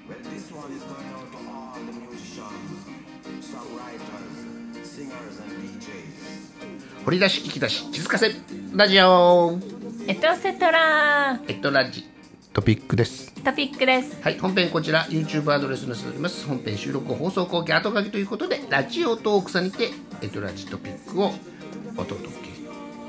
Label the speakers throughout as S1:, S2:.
S1: award is going out to all the musicians, songwriters, singers, and DJs.
S2: 掘り出し聞き出し気づかせラジオ
S3: エトセトラ
S2: エットラジトピックです
S3: トピックです
S2: はい本編こちら YouTube アドレス載せております本編収録後放送後期後書きということでラジオトークさんにてエットラジトピックをお届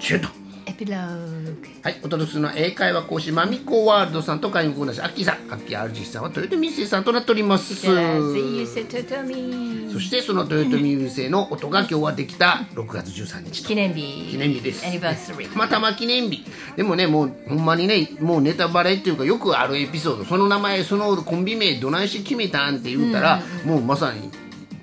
S2: け中と
S3: エピローグ
S2: はい、お届けするのは英会話講師マミコワールドさんと会員講師アッキーさんアッキー RG さんはトヨタミセさんとなっております
S3: じゃあ See you, セトトミ
S2: そしてそのトヨタミセの音が今日はできた6月13日と
S3: 記念日
S2: 記念日です
S3: アニバーサリ
S2: た
S3: ー
S2: またま記念日でもねもうほんまにねもうネタバレっていうかよくあるエピソードその名前そのコンビ名どないして決めたんって言うたら、もうまさに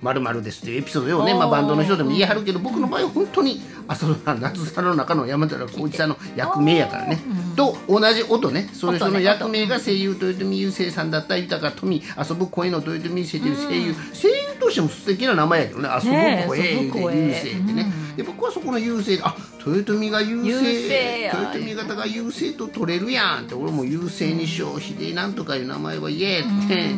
S2: まるですっていうエピソードをね、まあ、バンドの人でも言い張るけど僕の場合は本当に浅田夏空の中の山寺宏一さんの役名やからねと同じ音ねそれ
S3: 音
S2: そ
S3: ね
S2: の役名が声優豊臣優生さんだったり豊か富遊ぶ声の豊臣優生という声優、声優としても素敵な名前やけどね遊
S3: ねえ
S2: ぶ声
S3: 遊ぶ声
S2: 優生ってね、で僕はそこの優勢であ豊臣が優
S3: 優
S2: 勢
S3: 勢や
S2: 豊臣方が優勢と取れるやんって俺も優勢にしよう秀なんとかいう名前は言えって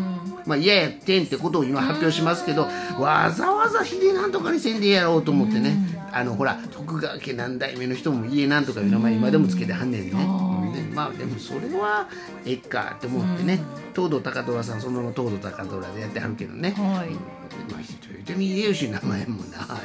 S2: まあ言えってんってことを今発表しますけどわざわざ秀なんとかにせんでええやろうと思ってねあのほら徳川家何代目の人も家なんとかいう名前今でもつけてはんねんね。でまあでもそれはええかって思ってね東堂高虎さんそのまま東堂高虎でやってはるけどね、
S3: はい
S2: まあ、豊臣秀吉の名前もな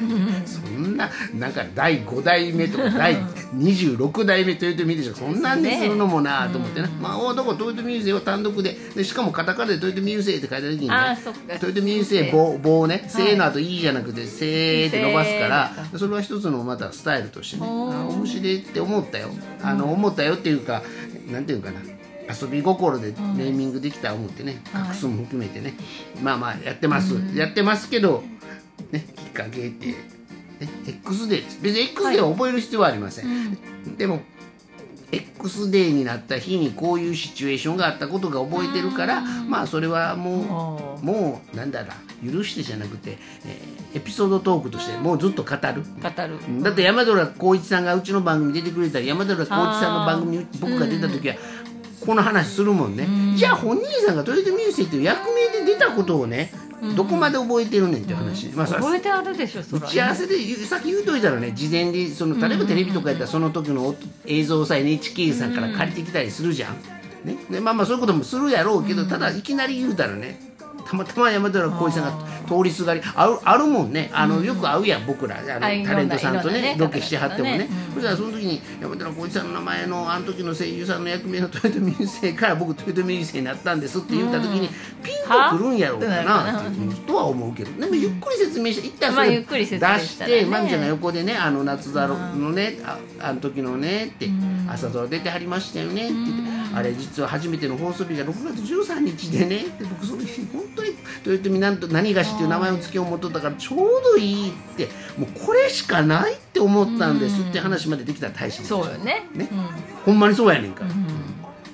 S2: そんななんか第5代目とか第26代目豊臣秀吉そんなんにするのもなと思ってね、まあ大男豊臣秀吉は単独ででしかもカタカナで豊臣秀吉って書いた時にね
S3: あーそっか
S2: 豊臣秀吉棒棒ね「せ」の後いい」じゃなくて「せ」って伸ばすから
S3: せー
S2: それは一つのまたスタイルとしてねあ
S3: おー
S2: ー面白いって思ったよあの思ったよっていうかなんていうかな遊び心でネーミングできた思ってね、
S3: はい
S2: 画数も含めてねまあまあやってます、やってますけどねきっかけって、ね、X デーです別に X デーは覚える必要はありません、でも X デーになった日にこういうシチュエーションがあったことが覚えてるからまあそれはも
S3: お
S2: うもうなんだろう許してじゃなくて、えーエピソードトークとしてもうずっと語る
S3: ー語る
S2: だって山寺宏一さんがうちの番組出てくれたら山寺宏一さんの番組に僕が出た時はこの話するもんね、じゃあ本人さんが豊臣秀吉という役名で出たことをね、どこまで覚えてるねんっていう話、まあそれ
S3: 覚えてあるでしょそ
S2: 打
S3: ら
S2: ち合わせで言うさっき言うといたらね事前にその例えばテレビとかやったらその時の音映像をさ NHK さんから借りてきたりするじゃん、ねでまあまあそういうこともするやろうけど、ただいきなり言うたらねたまたま山寺宏一さんが通りすがりあるあるもんねあのよく会うやん僕らあの
S3: あいろんな
S2: タレントさんと
S3: いろんな
S2: ね
S3: ね
S2: ロケしてはってもね
S3: 方々ね
S2: そしたらその時に山寺宏一さんの名前のあの時の声優さんの役名の豊臣優勢から僕豊臣優勢になったんですって言った時にピンとくるんやろうかなっていうとは思うけどでもゆっくり説明して一旦
S3: まあゆっくり説明
S2: 出し
S3: したら
S2: て、
S3: ね
S2: まみちゃんが横でね、あの夏だろのね、あ、あの時のねって、朝ドラ出てはりましたよねって言って。あれ実は初めての放送日が6月13日でねで僕その日本当に豊臣なんと何がしっていう名前を付けよう思っとったからちょうどいいってもうこれしかないって思ったんですって話までできたら大したもん
S3: そ
S2: でし
S3: う
S2: ょ
S3: よね
S2: ね
S3: うん
S2: ほんまにそうやねんから、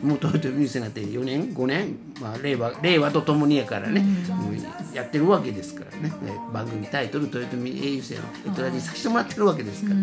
S2: もう豊臣秀吉になって4年5年、まあ、令和令和とともにやからね、もうやってるわけですからねえ番組タイトル「豊臣秀吉のエトラジ」させてもらってるわけですから、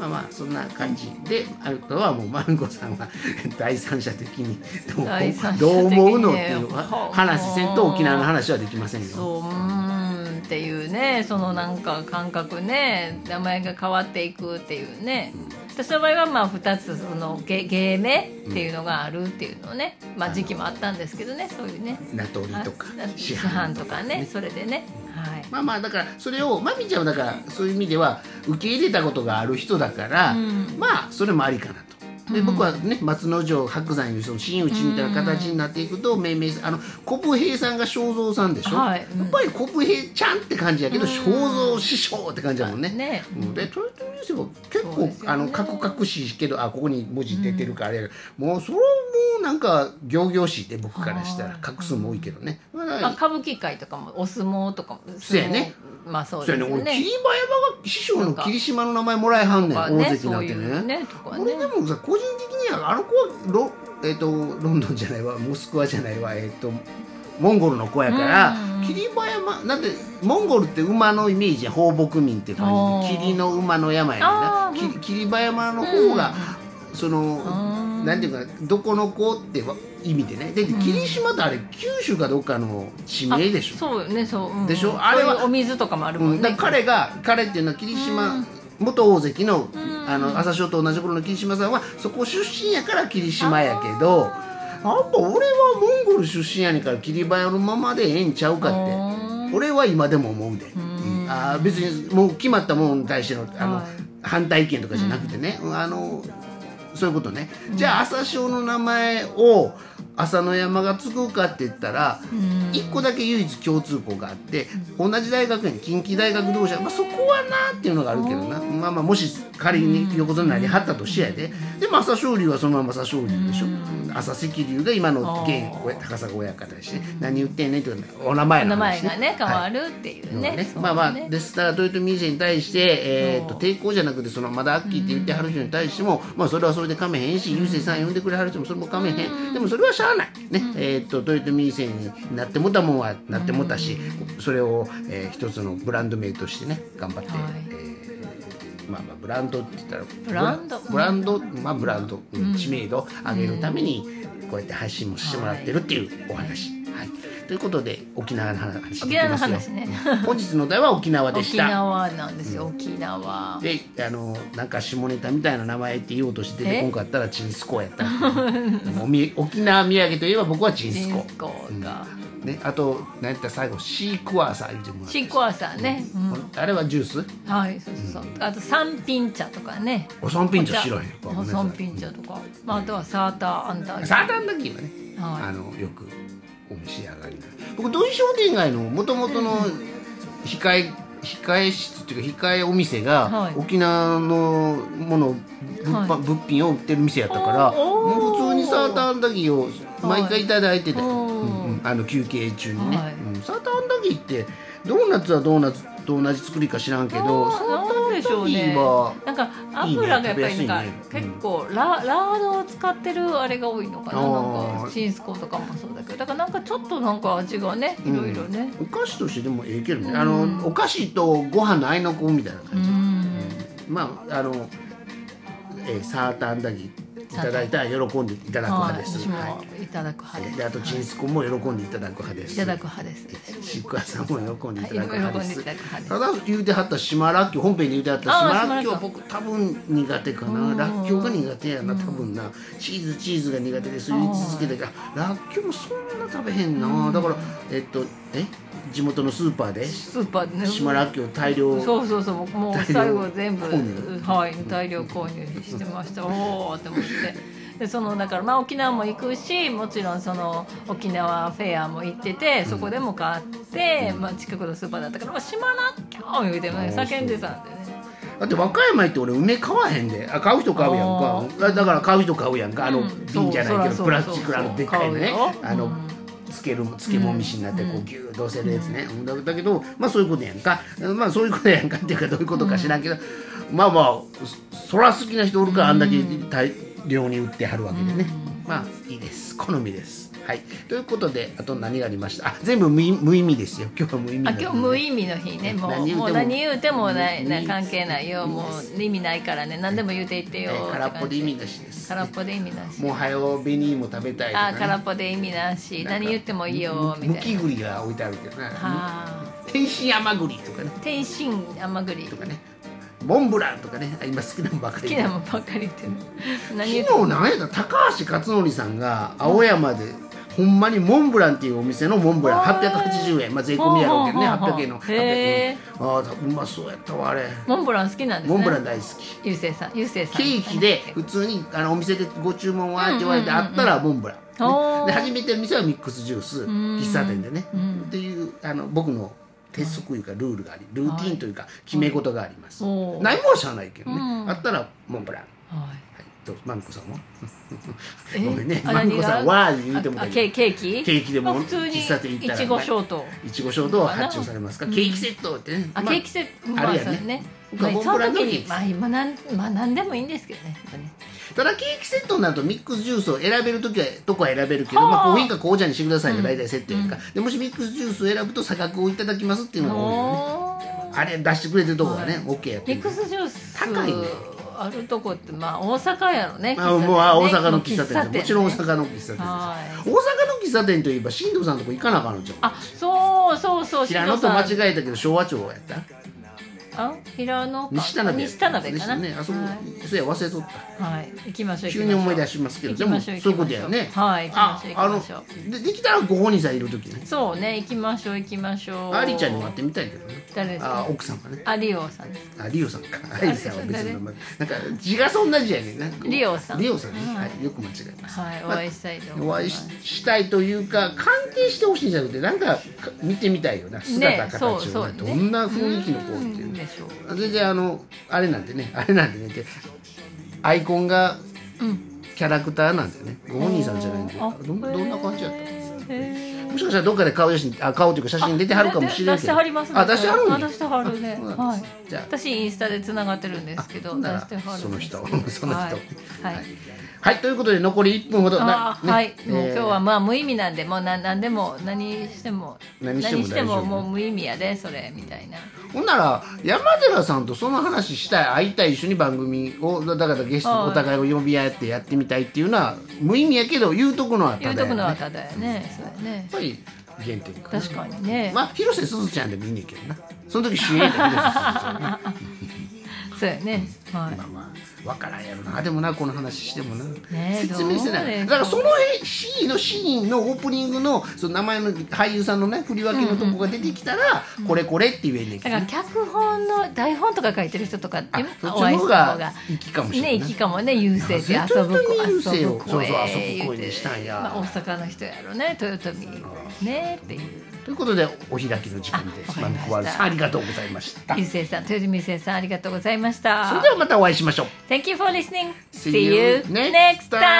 S2: まあまあそんな感じであとはもうマンゴさんは 第三者的にどう
S3: 第三者的
S2: ど
S3: に
S2: う
S3: ね
S2: 思うのっていう
S3: ほう
S2: 話せんと沖縄の話はできませんよ。
S3: そううーんっていうねそのなんか感覚ね名前が変わっていくっていうね私の場合はまあ2つその芸芸名っていうのがあるっていうのね、まあ時期もあったんですけどねそういうね
S2: 名取とか
S3: あ
S2: 師
S3: 市
S2: 範
S3: 販
S2: と
S3: と
S2: か
S3: か
S2: ね
S3: ねそれでねはい
S2: まあまあだからそれをまみちゃんはだからそういう意味では受け入れたことがある人だから、まあそれもありかなと。で僕はね松之丞白山いうその真打ちみたいな形になっていくと命名さあのコプ平さんが正蔵さんでしょ、
S3: はいうん
S2: やっぱりコプ平ちゃんって感じやけど正蔵師匠って感じだもんね。
S3: ね
S2: うんで豊臣秀吉は結
S3: そう
S2: 構、
S3: ですよね
S2: あのカクカクしいけどあここに文字出てるからあれやけどもうそれはもうなんか仰々しいで僕からしたら画数も多いけどね。まあ
S3: あ歌舞伎界とかもお相撲とかも
S2: そうやね
S3: 相撲まあそう
S2: そう
S3: です
S2: やね、
S3: ね
S2: 俺霧馬山が師匠の霧島の名前もらえはんねん
S3: とか
S2: 大
S3: ね
S2: 関になって
S3: そう
S2: ね
S3: いうねとかね
S2: 俺でもさ個人的にはあの子はロ,、えっとロンドンじゃないわモスクワじゃないわえっ、とモンゴルの子やから霧馬山だってモンゴルって馬のイメージや放牧民って感じで
S3: あー
S2: 霧の馬の山やねんな
S3: あー
S2: き霧馬山の方が、その
S3: あー
S2: なんていうかどこの子ってわ意味でねで霧島ってあれ九州かどっかの地名でしょ、
S3: そうよねそう、うん
S2: でしょ
S3: そう
S2: あれは
S3: いうお水とかもある
S2: う
S3: も
S2: ん
S3: ん
S2: だ
S3: ね、
S2: から彼が彼っていうのは霧島、元大関のあの朝潮と同じ頃の霧島さんはそこ出身やから霧島やけどやっぱ俺はモンゴル出身やねんから霧馬山のままでええんちゃうかって
S3: うん
S2: 俺は今でも思うで、うんあー別にもう決まったものに対してのあの、
S3: はい
S2: 反対意見とかじゃなくてね、あのそういうことね、じゃあ朝潮の名前を朝の山がつくかって言ったら、一個だけ唯一共通項があって、同じ大学に近畿大学同士は、まあ、そこはなっていうのがあるけどな、まあまあもし仮に横綱に張ったとしやで、でも朝青龍はそのまま朝青龍でしょ、朝赤龍が今の現
S3: あー
S2: 高砂親方でして、ね何言ってんねんってお名前
S3: お
S2: の
S3: 名
S2: 話
S3: 前
S2: ね
S3: がね変
S2: は
S3: わ
S2: い
S3: るっていう
S2: の
S3: ね,、
S2: が
S3: そ
S2: ね
S3: うね
S2: まあまあですから豊臣秀に対して、えー、と抵抗じゃなくてそのまだアッキーって言ってはる人に対しても、まあ、それはそれでかめへんし雄星さん呼んでくれはる人もそれもかめへん、でもそれはしゃあない、ねえー、と豊臣秀になってもたもんはなってもたし、それを、えー一つのブランド名としてね頑張って、
S3: はい
S2: えーまあまあブランドって言ったら
S3: ブランド
S2: ブランドまあブランド、うん知名度上げるためにこうやって配信もしてもらってるっていうお話。はい、ということで沖縄の話
S3: 沖縄の話ね
S2: 本日のお題は沖縄でし
S3: 沖
S2: た。
S3: 縄なんですよ、沖縄
S2: で、あの、なんか下ネタみたいな名前って言おうとして出てこんかったらチンスコやった。もうみ沖縄土産といえば僕はチン
S3: ジ
S2: ス
S3: ン
S2: コ。
S3: スコが、
S2: ね、あと、なんやったら最後、シークワーサー言ってもらって
S3: シークワーサーね、うん
S2: あれはジュース
S3: はいそうそうそう、あと三品茶とかね
S2: おそんぴんちょ
S3: お茶
S2: 白い。ごめんなさい
S3: 三品茶とか、まあ、あとはサーターアンダー
S2: サーターアンダギーはね、
S3: はい
S2: あのよくお召し上がりになる僕土井商店街のもともとの控え控え室っていうか控えお店が、
S3: はい
S2: 沖縄のもの物販、
S3: はい
S2: 物品を売ってる店やったから
S3: おー
S2: もう普通にサーターアンダギーを毎回いただいてたよ、
S3: はい
S2: うんうんあの休憩中にね、
S3: はい
S2: うんサーターアンダギーってドーナツはドーナツと同じ作りか知らんけどサーター
S3: あー
S2: ア
S3: なん
S2: ン
S3: でしょ
S2: ダ
S3: う
S2: ギ
S3: ね
S2: ーは。
S3: なんか油がやっぱりなんか
S2: いいね食べやすいね
S3: 結構ララードを使ってるあれが多いのかな
S2: あー
S3: なんかチンスコとかもそうだけどだからなんかちょっとなんか味がねいろいろね
S2: お菓子としてでもええけどね、あのお菓子とご飯の合いの子みたいな
S3: う
S2: 感じ、
S3: ん
S2: まああの、えーサーターアンダギーいただいたら喜んでいただく派
S3: はい
S2: です、
S3: 私
S2: は
S3: もいただく
S2: いで
S3: 派で
S2: あとチンスコも喜んでいただく派です
S3: すいただく派です
S2: シックアさんも喜んでいただく派です
S3: はい喜んでいただく派です
S2: ただ言うてはった島らっきょう本編で言うてはった島らっきょう
S3: あ
S2: は
S3: ー島らっきょう
S2: 僕多分苦手かならっきょうが苦手やな多分なチーズチーズが苦手です言い続けてかららっきょうもそんな食べへんなだからえっとえ地元のスーパーで
S3: スーパーでね
S2: 島らっきょう大量
S3: そうそうそう僕もう
S2: 大量
S3: 最後全部
S2: 購
S3: はい大量購入してましたおおって思ってでそのだからまあ沖縄も行くしもちろんその沖縄フェアも行っててそこでも買って、まあ、近くのスーパーだったから「まあ、島なきゃ」言うてね叫んでたんでね
S2: だって和歌山行って俺梅買わへんであ買う人買うや
S3: あ
S2: んかだだから買う人買うやんかあの
S3: うん
S2: 瓶じゃないけ
S3: そ
S2: ど
S3: う
S2: プラスチックのあのでっかいのね
S3: そうそうそう買うよ
S2: あ
S3: う
S2: の
S3: ん
S2: つけるつけもみしになってこうギューッと押せるやつねだだけどまあそういうことやんかまあそういうことやんかっていうかどういうことか知らんけどまあまあそそら好きな人おるからあんだけ大量に売ってはるわけでねまあいいです好みですはいということであと何がありましたあ全部無い無意味ですよ今日は無意味
S3: あ
S2: な
S3: 今日無意味の日ねもう
S2: 何言うても
S3: もう何言うてもないな
S2: 無意味
S3: 関係ないよもう意味ないからね何でも言うていって
S2: え
S3: よ
S2: ー空っぽで意味なしで
S3: です空っぽで意味なし
S2: もうはよ紅も食べたいとか、
S3: あ
S2: ね、
S3: 空っぽで意味なし
S2: なんか
S3: 何言ってもいいよみ
S2: む
S3: たい
S2: き
S3: な。
S2: 栗が置いてあるけどな
S3: はあ
S2: 天津甘栗とかね
S3: 天津甘栗
S2: とかねモンブランとかねあ今好きなのばっか
S3: 好
S2: り
S3: きなもんばっかり言ってる何言って
S2: 昨日何やった高橋克典さんが青山で、ほんまにモンブランっていうお店のモンブラン880円、まあ、税込みやろうけどね
S3: ほうほうほうほう
S2: 800円の800円
S3: へ
S2: ああうまそうやったわあれ
S3: モンブラン好きなんですね
S2: モンブラン大好き
S3: ゆうせいさんゆうせいさん
S2: ケーキで普通にあのお店でご注文はって言われてあったらモンブラン、ね
S3: おー
S2: で初めての店はミックスジュース喫茶店でねっていうあの僕の鉄則いうかルールがありルーティンというか決め事があります、
S3: おー
S2: ないもんはしゃあないけどね、
S3: うん
S2: あったらモンブラン
S3: は
S2: はいどうマミコさんも
S3: いえ
S2: ごめんね
S3: あ
S2: マミコさんは
S3: 何
S2: 言
S3: が
S2: うても
S3: あ
S2: だ
S3: あケ
S2: け
S3: ー
S2: ど
S3: ケーキ
S2: ケーキでも
S3: あ普通に
S2: 喫茶店行ったら
S3: いちごショート
S2: いちご衝動は発注されますか、ケーキセットってね
S3: あ
S2: ま
S3: ケーキセットま
S2: あ
S3: あ
S2: るや
S3: そ
S2: ん
S3: う
S2: ね
S3: ね
S2: 僕
S3: ま
S2: は
S3: あ
S2: モン
S3: そ
S2: ブラ
S3: の
S2: ン
S3: 時
S2: のケー
S3: に
S2: キ
S3: まあ今なんまあ何でもいいんですけどね本当に
S2: ただケーキセットになるとミックスジュースを選べるときはとこは選べるけど、
S3: はあ
S2: まあ、コーヒーか紅茶にしてくださいが大体セットやんか、でもしミックスジュースを選ぶと差額をいただきますっていうのが多いよね
S3: おー
S2: あれ出してくれてるとこがね、オッケーやって
S3: ミ
S2: る
S3: ックスジュース
S2: 高いね
S3: ああるとこってまあ大阪やろね
S2: あもうあ大阪の喫茶
S3: 喫茶
S2: 店
S3: 店
S2: ですもちろん大阪の喫茶店です大阪
S3: はい
S2: の喫茶店といえば新藤さんのとこ行かなあかんのじゃん
S3: あそうそうそう
S2: 平野と間
S3: え
S2: 違えたけど昭和町やった
S3: あ平野か
S2: 西田鍋やった
S3: 西田鍋かな、
S2: ねあそこ、
S3: は
S2: そうや忘れとった
S3: い、はい、行きましょう
S2: 急に思い出
S3: し
S2: しますけど
S3: 行き
S2: でも
S3: ま
S2: そ
S3: し
S2: う
S3: ょう
S2: いうことやね
S3: 行きましょうはい行きま
S2: あ
S3: しょう
S2: あ
S3: 行き
S2: の
S3: ましょ
S2: でできたらご本人さんいる時ね
S3: そうね行きましょう行きましょう
S2: アリちゃんにも会ってみたいけどね
S3: 誰ですか
S2: あ奥さんかね
S3: あリオさんです
S2: あリオさんかアリさんは別の名
S3: 誰
S2: 前なんか字がそんな字やねんな
S3: リオさん
S2: リオさんね、はい、よく間違えます
S3: はいお会いしたいと思い
S2: お
S3: ます
S2: 会いししたいというか鑑定してほしいんじゃなくてなんかか見てみたいよな姿、形
S3: そう
S2: をね
S3: そう
S2: ど
S3: ね
S2: んな雰囲気の子っていううんね
S3: でしょう
S2: 全然あのあれなんでねあれなんでねってアイコンがキャラクターなんでねご本人さんじゃないんで
S3: あ
S2: どんどんな感じやった
S3: へー
S2: もしかしたらどっかで顔写真あ顔というか写真出てはるかもしれない
S3: 出
S2: け
S3: し
S2: ど
S3: てはりますね
S2: あ出してはるんや
S3: あ出してはるね
S2: あそうなん
S3: は
S2: です
S3: い
S2: じゃあ
S3: 私インスタでつながってるんですけど
S2: ほ
S3: 出
S2: んなら
S3: してはる
S2: その人 その人
S3: はいはい
S2: はいということで残り1分ほど
S3: あーはい
S2: ね
S3: もう今日
S2: えー
S3: はまあ無意味なんでもうな何でも何しても
S2: 何しても大丈夫
S3: もう無意味やでそれみたいな
S2: ほんなら山寺さんとその話したい会いたい一緒に番組をだだからゲスト
S3: はい
S2: お互いを呼び合ってやってみたいっていうのは無意味やけど言うとこのはただ
S3: 言
S2: や
S3: う
S2: ね
S3: とくの
S2: や
S3: は
S2: った
S3: だやねそうやね
S2: ぱり原点かな
S3: 確かにね
S2: まあ広瀬すずちゃんでもいいねんけどなその時主演やったら広瀬すずちゃんな
S3: そうやねはい
S2: まあまあ分からんやろなでもなこの話してもな、
S3: え
S2: 説明してな
S3: どうで
S2: い
S3: しょう
S2: だからその辺シーンのシーンのオープニングのその名前の俳優さんのね振り分けのとこが出てきたら、これこれって言えんねんけ
S3: だ
S2: ど
S3: か
S2: ね
S3: ら脚本の台本とか書いてる人とかって
S2: あそっちの方が
S3: お会いした方が
S2: いいかもしれない
S3: ねいいかもね優勢で
S2: な
S3: 遊
S2: ぜ
S3: ぶ子
S2: 豊臣優勢を
S3: 遊ぶ子
S2: そうそう
S3: えー
S2: 遊ぶ子に
S3: 言うて
S2: したんや
S3: まあ、大阪の人やろね豊臣ねっていう
S2: ということでお開きの時間です
S3: あ
S2: マ
S3: わかり
S2: ミ
S3: ました
S2: コワールさんありがとうございました
S3: 優勢さん豊臣優勢さんありがとうございまし
S2: それ
S3: た
S2: ではまたお会いしましょう
S3: Thank you for listening
S2: See you next time.